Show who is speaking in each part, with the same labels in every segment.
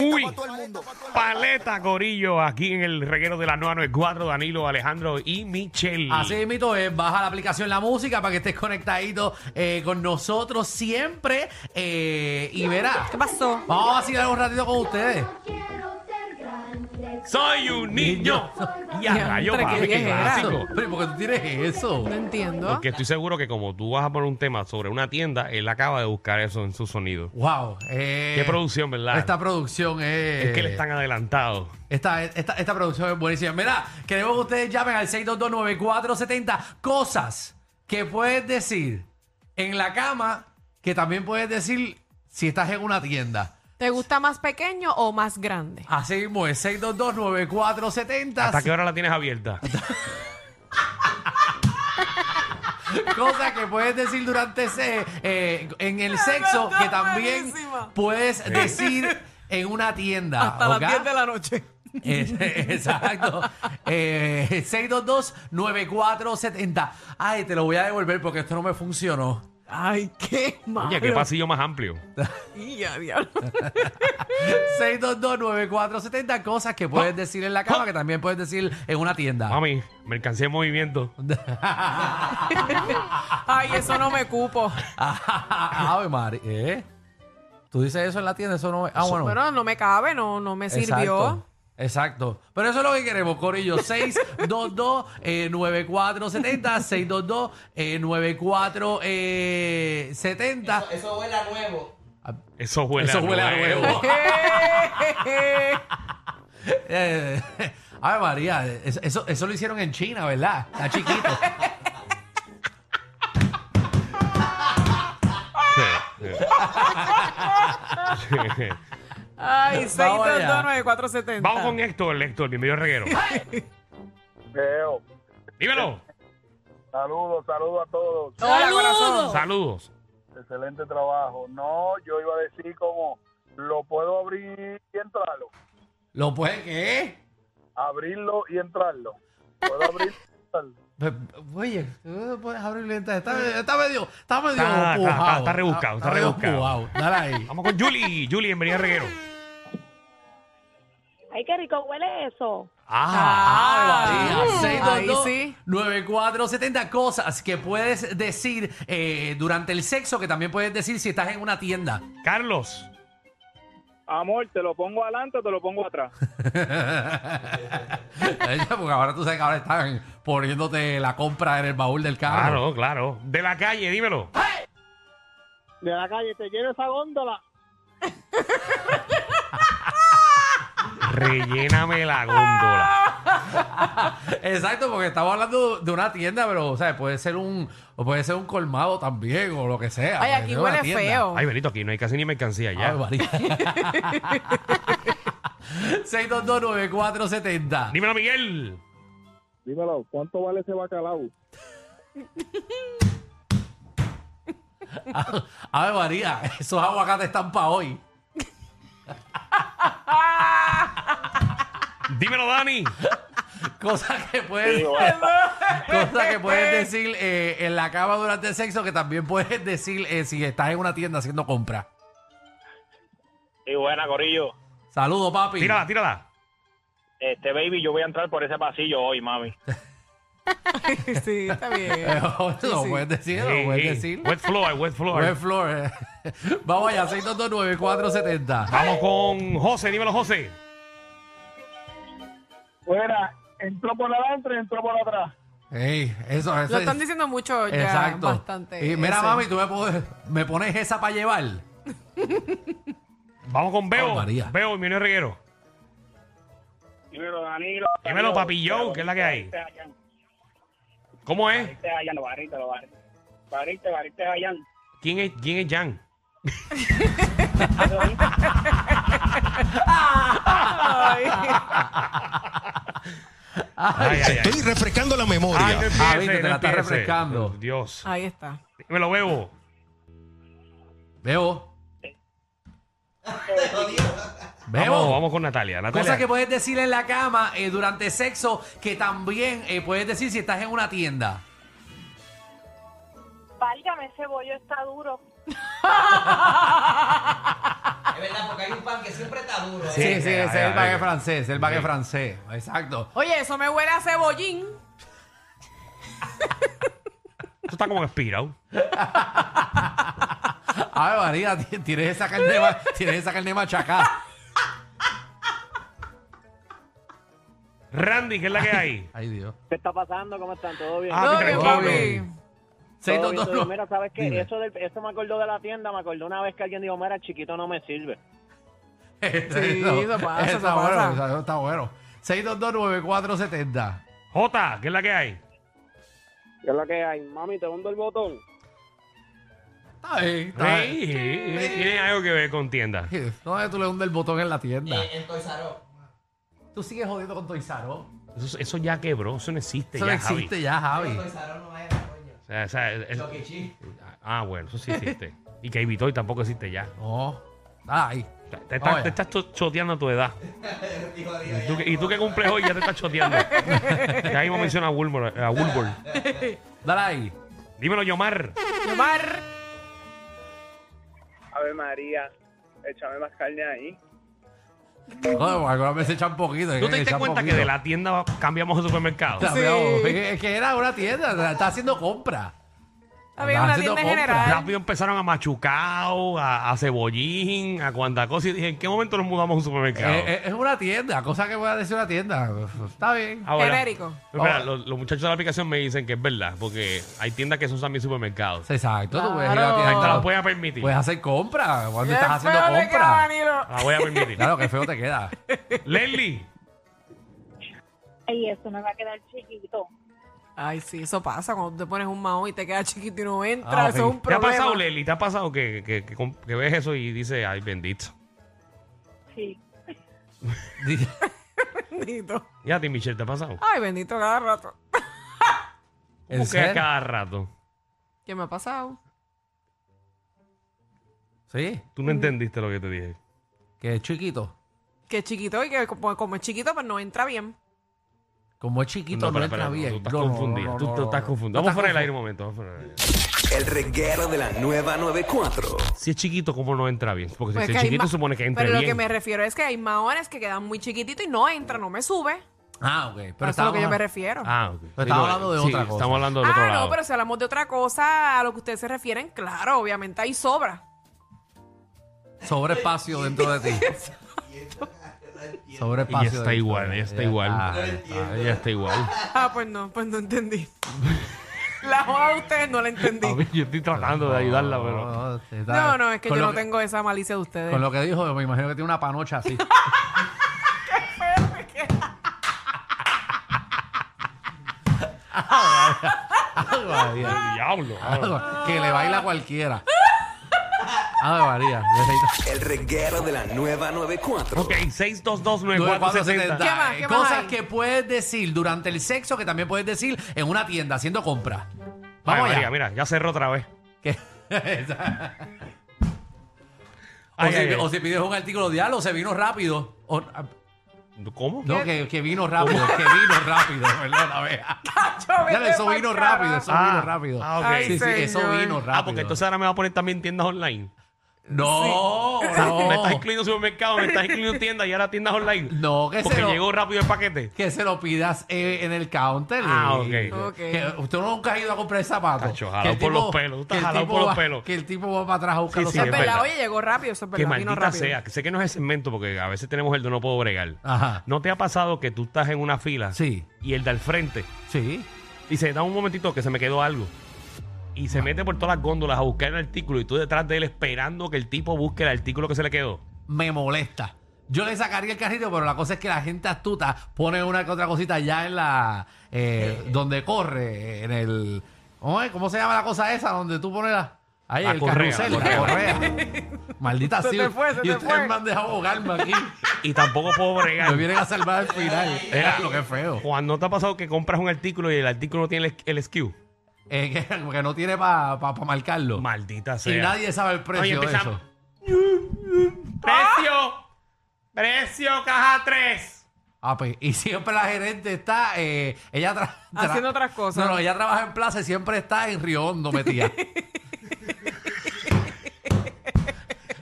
Speaker 1: Uy, paleta gorillo aquí en el reguero de la 994, Danilo, Alejandro y Michelle.
Speaker 2: Así mito es, baja la aplicación La Música para que estés conectadito eh, con nosotros siempre. eh, y verás. ¿Qué pasó? Vamos a vacilar un ratito con ustedes.
Speaker 1: Soy un niño. Y a rayo,
Speaker 3: Diantre,
Speaker 1: papi,
Speaker 3: qué
Speaker 1: qué
Speaker 3: viejera.
Speaker 1: clásico.
Speaker 2: Pero, ¿por qué tú tienes eso?
Speaker 3: No entiendo.
Speaker 1: Porque estoy seguro que como tú vas a poner un tema sobre una tienda, él acaba de buscar eso en su sonido.
Speaker 2: Wow. eh,
Speaker 1: Qué producción, ¿verdad?
Speaker 2: Esta eh, producción es.
Speaker 1: Es que le están adelantados.
Speaker 2: Esta, esta, esta producción es buenísima. Mira, queremos que ustedes llamen al 6229470 cosas que puedes decir en la cama que también puedes decir si estás en una tienda.
Speaker 3: ¿Te gusta más pequeño o más grande?
Speaker 2: Así mismo es 6229470.
Speaker 1: ¿Hasta qué hora la tienes abierta?
Speaker 2: Cosas que puedes decir durante ese, eh, en el sexo, que también
Speaker 3: buenísima.
Speaker 2: puedes decir en una tienda.
Speaker 3: Hasta
Speaker 2: ¿ok?
Speaker 3: las 10 de la noche.
Speaker 2: Eh, Exacto. Eh, 622-9470. Ay, te lo voy a devolver porque esto no me funcionó.
Speaker 3: Ay, qué malo.
Speaker 1: Oye, qué pasillo más amplio.
Speaker 3: Y ya, diablo.
Speaker 2: 622-9470. Cosas que puedes decir en la cama, que también puedes decir en una tienda.
Speaker 1: Mami, mercancía en movimiento.
Speaker 3: Ay, eso no me cupo.
Speaker 2: Ah, Ave Mari. ¿eh? ¿Tú dices eso en la tienda? Eso no me- Ah, bueno.
Speaker 3: Bueno, no me cabe, no, no me sirvió.
Speaker 2: Exacto. Exacto. Pero eso es lo que queremos, Corillo. eh, 622-9470. 622-9470. eh,
Speaker 4: Eso huele a nuevo.
Speaker 1: Eso huele
Speaker 2: Eso huele a huevo. Eh, a ver, María, eso, eso- eso lo hicieron en China, ¿verdad? Está chiquito.
Speaker 3: Ay,
Speaker 2: Vamos allá.
Speaker 3: 6229470.
Speaker 1: Vamos con Héctor, Héctor, bienvenido al reguero.
Speaker 5: Leo,
Speaker 1: Dímelo.
Speaker 5: saludos, saludos a todos.
Speaker 3: Hola, corazón.
Speaker 1: Saludos.
Speaker 5: Excelente trabajo. No, yo iba a decir como, lo puedo abrir y entrarlo.
Speaker 2: ¿Lo puede qué?
Speaker 5: Abrirlo y entrarlo. Puedo abrir y entrarlo.
Speaker 2: Pe- Pues, Oye, tú no puedes abrir lenta. Está, está medio, está medio
Speaker 1: Está- está-
Speaker 2: pujado.
Speaker 1: está- está rebuscado, está
Speaker 2: medio
Speaker 1: rebuscado.
Speaker 2: pujado. Dale ahí.
Speaker 1: Vamos con Julie. Julie, bienvenida al reguero.
Speaker 6: Ay, qué rico huele eso.
Speaker 2: Ah,
Speaker 3: Ah,
Speaker 2: María,
Speaker 3: ahí sí.
Speaker 2: 622-9470 cosas que puedes decir eh, durante el sexo, que también puedes decir si estás en una tienda.
Speaker 1: Carlos.
Speaker 5: Amor, te lo pongo adelante o te lo pongo atrás.
Speaker 2: Porque ahora tú sabes que ahora están poniéndote la compra en el baúl del carro.
Speaker 1: Claro, claro. De la calle, dímelo.
Speaker 5: De la calle, te lleno esa góndola.
Speaker 1: Relléname la góndola.
Speaker 2: Exacto, porque estamos hablando de una tienda, pero o sea, puede ser un o puede ser un colmado también o lo que sea.
Speaker 3: Ay,
Speaker 2: puede
Speaker 3: aquí
Speaker 2: ser una
Speaker 3: huele
Speaker 2: tienda.
Speaker 3: feo.
Speaker 1: Ay, Benito, aquí no hay casi ni mercancía
Speaker 2: Ay,
Speaker 1: ya.
Speaker 2: María. 6229470.
Speaker 1: Dímelo, Miguel.
Speaker 5: Dímelo, ¿cuánto vale ese bacalao?
Speaker 2: A ver, María, esos aguacates están para hoy.
Speaker 1: Dímelo, Dani.
Speaker 2: Cosas que puedes, cosas que puedes decir eh, en la cama durante el sexo, que también puedes decir eh, si estás en una tienda haciendo compra.
Speaker 5: Y buena, Corillo.
Speaker 2: Saludos, papi.
Speaker 1: Tírala, tírala.
Speaker 5: Este baby, yo voy a entrar por ese pasillo hoy, mami.
Speaker 3: sí, está
Speaker 2: Eh,
Speaker 3: bien.
Speaker 2: Lo
Speaker 3: sí.
Speaker 2: puedes decir, lo
Speaker 1: Sí,
Speaker 2: puedes
Speaker 1: sí.
Speaker 2: decir.
Speaker 1: Wet floor, wet floor.
Speaker 2: Web floor. eh. Vamos allá, 6229470.
Speaker 1: Vamos con José. Dímelo, José.
Speaker 5: Buena, entró por adelante, entró por atrás.
Speaker 2: Ey, eso, eso
Speaker 3: Lo están
Speaker 2: es-
Speaker 3: diciendo mucho ya,
Speaker 2: Exacto.
Speaker 3: bastante.
Speaker 2: Y mira,
Speaker 3: Ese.
Speaker 2: mami, tú me, pones- me pones esa para llevar.
Speaker 1: Vamos con Beo.
Speaker 2: Ay, Oh, María.
Speaker 1: Beo, mi niño reguero.
Speaker 5: Dímelo, Danilo.
Speaker 1: Dímelo, papillón, que es la que hay. ¿Cómo es?
Speaker 5: Barriste allá, lo barriste, lo barriste. Barriste, barriste allá.
Speaker 1: ¿Quién es, quién es Jan?
Speaker 3: Ay.
Speaker 1: Ay, ay, ay.
Speaker 4: Estoy refrescando la
Speaker 1: Ay,
Speaker 4: memoria.
Speaker 1: no
Speaker 2: Ah,
Speaker 1: empiece,
Speaker 2: viste, te
Speaker 1: no
Speaker 2: la está
Speaker 1: empiece.
Speaker 2: refrescando.
Speaker 1: Dios.
Speaker 3: Ahí está.
Speaker 1: Me lo bebo.
Speaker 2: Bebo. Bebo.
Speaker 1: Vamos, vamos con Natalia. Natalia.
Speaker 2: Cosas que puedes decir en la cama eh, durante sexo que también eh, puedes decir si estás en una tienda.
Speaker 6: Válgame, ese bollo está duro.
Speaker 7: Es verdad, porque hay un pan que siempre está duro. ¿eh?
Speaker 1: Sí,
Speaker 2: Sí, sí,
Speaker 1: ay,
Speaker 2: ese
Speaker 1: ay,
Speaker 2: es el baguette
Speaker 1: ay.
Speaker 2: francés, el baguette francés. Exacto.
Speaker 3: Oye, eso me huele a cebollín.
Speaker 1: Esto está como expirado.
Speaker 2: Ay, María, ti- tienes esa carne, ma- tienes esa carne machacada.
Speaker 1: Randy, ¿qué es la que hay?
Speaker 2: Ay, Dios.
Speaker 8: ¿Qué está pasando? ¿Cómo están? ¿Todo bien?
Speaker 1: Ah,
Speaker 3: Todo
Speaker 1: mi
Speaker 3: bien,
Speaker 1: tranquilo.
Speaker 3: papi.
Speaker 2: Seis,
Speaker 8: ¿Todo
Speaker 2: dos,
Speaker 8: bien,
Speaker 2: dos,
Speaker 8: todo bien?
Speaker 2: no.
Speaker 8: Mira, ¿sabes qué?
Speaker 2: Dime.
Speaker 8: Eso, del- eso me acordó de la tienda. Me acordó una vez que alguien dijo, mira, el chiquito no me sirve.
Speaker 3: Sí, eso pasa,
Speaker 2: Eso
Speaker 3: eso
Speaker 2: está bueno,
Speaker 3: pasa.
Speaker 2: eso está bueno. 6229470.
Speaker 1: Jota, ¿qué es la que hay?
Speaker 8: ¿Qué es lo que hay? Mami, te hundo el botón.
Speaker 2: Está bien, está
Speaker 1: Sí,
Speaker 2: bien.
Speaker 1: sí, Tiene algo que ver con tienda.
Speaker 2: ¿Dónde tú le hundes el botón en la tienda?
Speaker 7: Eh, en Toys R Us.
Speaker 2: Tú sigues jodiendo con Toys R Us.
Speaker 1: Eso, eso ya quebró, eso no existe
Speaker 2: Eso no
Speaker 1: ya,
Speaker 2: existe
Speaker 1: Javi.
Speaker 2: ya,
Speaker 7: En
Speaker 2: Javi.
Speaker 7: Toys R Us no hay, coño.
Speaker 1: O sea, o sea, es-
Speaker 7: Chuck E. Cheese.
Speaker 1: ah, bueno, eso sí existe. y que Vitoy tampoco existe ya.
Speaker 2: No. Ay.
Speaker 1: Te, te estás-
Speaker 2: Oye.
Speaker 1: te estás cho- choteando a tu edad.
Speaker 7: Digo,
Speaker 1: ¿Y
Speaker 7: digo,
Speaker 1: tú, que- y tú que cumples hoy ya te estás choteando. ya mismo menciona a Wilbur. A Wilbur.
Speaker 2: Dale ahí.
Speaker 1: Dímelo, Yomar.
Speaker 3: Yomar.
Speaker 5: Ave María, échame más carne ahí.
Speaker 2: No, pues, algunas veces echan poquito.
Speaker 1: ¿Tú te diste cuenta que de la tienda cambiamos de supermercado?
Speaker 2: Sí.
Speaker 3: Sí.
Speaker 2: Es que era una tienda, está haciendo compra.
Speaker 3: Está bien,
Speaker 2: Andan
Speaker 3: una
Speaker 2: haciendo
Speaker 3: tienda en
Speaker 2: compras.
Speaker 3: general.
Speaker 1: Rápido empezaron a machucao, a, a cebollín, a cuanta cosa. Y dije, ¿en qué momento nos mudamos a un supermercado?
Speaker 2: Eh, eh, es una tienda, cosa que voy a decir una tienda. Está bien.
Speaker 1: Ah, bueno.
Speaker 3: Genérico.
Speaker 1: Espera, los, los muchachos de la aplicación me dicen que es verdad, porque hay tiendas que son también supermercados.
Speaker 2: Exacto, tú puedes ir a la
Speaker 3: Claro.
Speaker 1: Ahí te
Speaker 2: tienda.
Speaker 1: la voy a permitir.
Speaker 2: Puedes hacer compra cuando estás
Speaker 3: Qué
Speaker 2: haciendo
Speaker 3: feo te queda,
Speaker 2: compra.
Speaker 3: Danilo.
Speaker 1: La voy a permitir.
Speaker 2: Claro, que feo te queda.
Speaker 1: Leslie,
Speaker 6: Y eso me va a quedar chiquito.
Speaker 3: Ay, sí, eso pasa cuando te pones un maón y te queda chiquito y no entra.
Speaker 2: Ah, ok.
Speaker 3: Eso es un
Speaker 1: ¿te ha
Speaker 3: problema.
Speaker 1: pasado, Leslie? ¿Te ha pasado que, que- que com- que ves eso y dices, ay, bendito?
Speaker 6: Sí.
Speaker 2: Dice-
Speaker 3: Bendito.
Speaker 1: ¿Y a ti, Michelle, te ha pasado?
Speaker 3: Ay, bendito cada rato.
Speaker 2: ¿En
Speaker 1: ¿Por qué a
Speaker 2: serio?
Speaker 1: cada rato?
Speaker 3: ¿Qué me ha pasado?
Speaker 2: Sí,
Speaker 1: Tú
Speaker 3: Mm.
Speaker 1: no entendiste lo que te dije.
Speaker 2: que es chiquito.
Speaker 3: Que es chiquito y que como, como es chiquito, pues no entra bien.
Speaker 2: Como es chiquito, no,
Speaker 1: espera,
Speaker 2: entra
Speaker 1: espera,
Speaker 2: bien.
Speaker 1: Tú estás
Speaker 2: No, no, no,
Speaker 1: confundida.
Speaker 2: no,
Speaker 1: Tú
Speaker 2: no,
Speaker 1: te estás
Speaker 2: no.
Speaker 1: confundiendo. Vamos fuera del aire un momento. vamos fuera del aire.
Speaker 9: El reguero de la nueva 94.
Speaker 1: Si es chiquito, ¿cómo no entra bien? Porque
Speaker 3: Pues
Speaker 1: si es
Speaker 3: que hay
Speaker 1: chiquito,
Speaker 3: ma-
Speaker 1: supone que entre
Speaker 3: Pero lo
Speaker 1: bien.
Speaker 3: que me refiero es que hay maones que quedan muy chiquititos y no entra, no me sube.
Speaker 2: Ah, ok. Pero
Speaker 3: Pero eso es a lo que yo
Speaker 2: estábamos-
Speaker 3: me refiero. Ah,
Speaker 1: Ah, ok.
Speaker 2: Pero estamos hablando de otra cosa.
Speaker 1: Estamos hablando del otro lado.
Speaker 3: no, pero si hablamos de otra cosa a lo que ustedes se refieren, claro, obviamente hay sobra.
Speaker 2: Sobre espacio dentro de ti. Sobre espacio.
Speaker 1: Y está
Speaker 2: dentro
Speaker 1: igual, ¿eh?
Speaker 2: de ti.
Speaker 1: ella está igual.
Speaker 2: Ahí está.
Speaker 1: Ah, ya está igual.
Speaker 3: Ah, pues no, pues no entendí. La joda de ustedes no la entendí.
Speaker 1: Papi, yo estoy tratando de ayudarla, pero.
Speaker 2: No, te está-
Speaker 3: No, no, es que
Speaker 2: con
Speaker 3: yo
Speaker 2: lo
Speaker 3: no tengo esa malicia de ustedes.
Speaker 2: Con lo que dijo, me imagino que tiene una panocha así. Ay, María.
Speaker 1: Diablo.
Speaker 2: Ay, María. que le baila a cualquiera. Ave María. necesito-
Speaker 9: El reguero de la nueva 94.
Speaker 1: ok, 6229470.
Speaker 3: ¿Qué más? ¿Qué más
Speaker 2: Cosas
Speaker 3: hay?
Speaker 2: que puedes decir durante el sexo que también puedes decir en una tienda haciendo compras.
Speaker 1: Vamos
Speaker 2: Vamos
Speaker 1: María,
Speaker 2: allá.
Speaker 1: mira, ya cerró otra vez.
Speaker 2: Que- o,
Speaker 1: Ay,
Speaker 2: si,
Speaker 1: ay, ay.
Speaker 2: o si pides un artículo de algo, se vino rápido. O- no,
Speaker 1: ¿Cómo? Ah,
Speaker 2: que, que vino rápido, que vino rápido, perdóname.
Speaker 3: Yo me
Speaker 2: Dale, eso
Speaker 3: fui
Speaker 2: vino
Speaker 3: pa'l carajo.
Speaker 2: rápido, eso
Speaker 1: Ah,
Speaker 2: vino rápido.
Speaker 1: ah, ok.
Speaker 3: Ay,
Speaker 2: Sí, sí, eso
Speaker 3: señor.
Speaker 2: vino rápido.
Speaker 1: Ah, porque entonces ahora me va a poner también tiendas online.
Speaker 2: No,
Speaker 1: Me estás
Speaker 2: no.
Speaker 1: incluyendo supermercado, me estás incluyendo tiendas y ahora tiendas online.
Speaker 2: No, que
Speaker 1: Porque
Speaker 2: se lo-
Speaker 1: llegó rápido el paquete.
Speaker 2: Que se lo pidas eh, en el counter.
Speaker 1: Ah,
Speaker 2: Y-
Speaker 1: ok.
Speaker 3: Ok.
Speaker 2: Que usted nunca ha ido a comprar zapatos.
Speaker 1: Tacho,
Speaker 2: Que
Speaker 1: jalado
Speaker 2: el
Speaker 1: por
Speaker 2: tipo-
Speaker 1: los pelos, está
Speaker 2: que el
Speaker 1: jalado
Speaker 2: tipo
Speaker 1: por los
Speaker 2: va-
Speaker 1: pelos.
Speaker 2: Que el tipo va para atrás a buscar
Speaker 1: Sí,
Speaker 2: los
Speaker 1: sí,
Speaker 3: Es
Speaker 1: Es
Speaker 2: zapatos.
Speaker 3: verdad,
Speaker 1: verdad.
Speaker 3: oye, llegó rápido, eso es
Speaker 1: Que
Speaker 3: verdad, vino
Speaker 1: maldita
Speaker 3: rápido.
Speaker 1: sea, que sé que no es el segmento porque a veces tenemos el de no puedo bregar.
Speaker 2: Ajá.
Speaker 1: ¿No te ha pasado que tú estás en una fila
Speaker 2: Ah. Sí.
Speaker 1: y el de al frente
Speaker 2: Sí.
Speaker 1: dice, da un momentito que se me quedó algo? Y se mete por todas las góndolas a buscar el artículo y tú detrás de él esperando que el tipo busque el artículo que se le quedó.
Speaker 2: Me molesta. Yo le sacaría el carrito, pero la cosa es que la gente astuta pone una que otra cosita ya en la.
Speaker 1: Eh.
Speaker 2: eh, donde corre, en el. ¿Cómo es? ¿Cómo se llama la cosa esa? Donde tú pones la. Ahí
Speaker 1: La
Speaker 2: el
Speaker 1: correa,
Speaker 2: carrusel,
Speaker 1: la
Speaker 2: la correa. Maldita
Speaker 3: Se te
Speaker 2: sea.
Speaker 3: fue, se
Speaker 2: Y
Speaker 3: te
Speaker 2: ustedes
Speaker 3: fue.
Speaker 2: me han dejado ahogarme aquí.
Speaker 1: Y tampoco puedo bregar.
Speaker 2: Me vienen a salvar al final. Era lo que es feo.
Speaker 1: Cuando te ha pasado que compras un artículo y el artículo no tiene el, el SKU.
Speaker 2: Eh, que, porque no tiene para pa, pa marcarlo.
Speaker 1: Maldita
Speaker 2: y
Speaker 1: sea.
Speaker 2: nadie sabe el precio
Speaker 1: Oye,
Speaker 2: de
Speaker 1: empieza-
Speaker 2: eso.
Speaker 1: ¡Precio! ¡Precio, caja 3!
Speaker 2: Ah, pues, y siempre la gerente está, eh, ella tra- tra-
Speaker 3: Haciendo otras cosas.
Speaker 2: No, no, ella trabaja en plaza y siempre está en Río Hondo metida.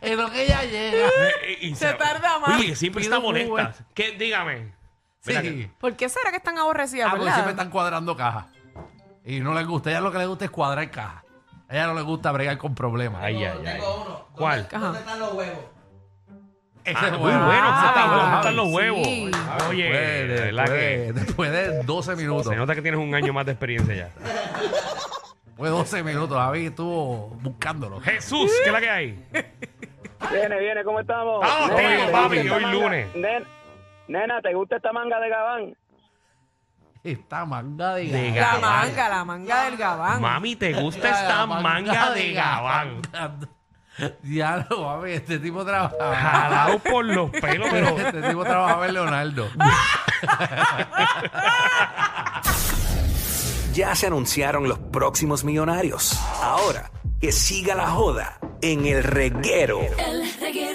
Speaker 2: en lo que ella llega.
Speaker 1: Eh, Y, y
Speaker 3: Se tarda más.
Speaker 1: Oye, siempre
Speaker 2: Pido
Speaker 1: está
Speaker 2: un Uber.
Speaker 1: molesta. ¿Qué? Dígame. Ven acá.
Speaker 2: Sí.
Speaker 3: ¿Por qué será que están
Speaker 2: Ah,
Speaker 3: aborrecidas,
Speaker 2: porque
Speaker 3: verdad?
Speaker 2: siempre están cuadrando cajas. Y no les gusta. A ella lo que le gusta es cuadrar cajas. A ella no le gusta bregar con problemas.
Speaker 1: Ay, ay, ay.
Speaker 7: Tengo uno. ¿Dónde-
Speaker 1: ¿Cuál?
Speaker 7: ¿Dónde están los huevos?
Speaker 2: Ese
Speaker 1: Ah,
Speaker 2: es
Speaker 1: muy bueno.
Speaker 3: Ah,
Speaker 1: está bueno,
Speaker 3: Javi,
Speaker 1: están los huevos.
Speaker 3: sí.
Speaker 1: Oye,
Speaker 2: Después,
Speaker 1: de verdad que...
Speaker 2: después- después de 12 minutos.
Speaker 1: Se nota que tienes un año más de experiencia ya.
Speaker 2: Después de 12 minutos, Javi estuvo buscándolo.
Speaker 1: Jesús, ¿qué es la que hay?
Speaker 8: Viene, viene, ¿cómo estamos?
Speaker 1: Estamos
Speaker 8: Nena,
Speaker 1: activos,
Speaker 8: ¿te
Speaker 1: papi,
Speaker 8: gusta esta
Speaker 1: hoy
Speaker 8: manga?
Speaker 1: lunes.
Speaker 8: Nen- Nena, ¿te gusta esta manga de Gabán?
Speaker 2: Esta manga de
Speaker 1: De
Speaker 3: La
Speaker 1: Gabán.
Speaker 3: manga, la manga del gabán.
Speaker 1: Mami, ¿te gusta esta manga de gabán?
Speaker 2: Diablo, mami, este tipo trabaja.
Speaker 1: Jalado por los pelos, pero...
Speaker 2: este tipo trabaja en Leonardo.
Speaker 9: Ya se anunciaron los próximos millonarios. Ahora, que siga la joda en el reguero.
Speaker 4: El reguero.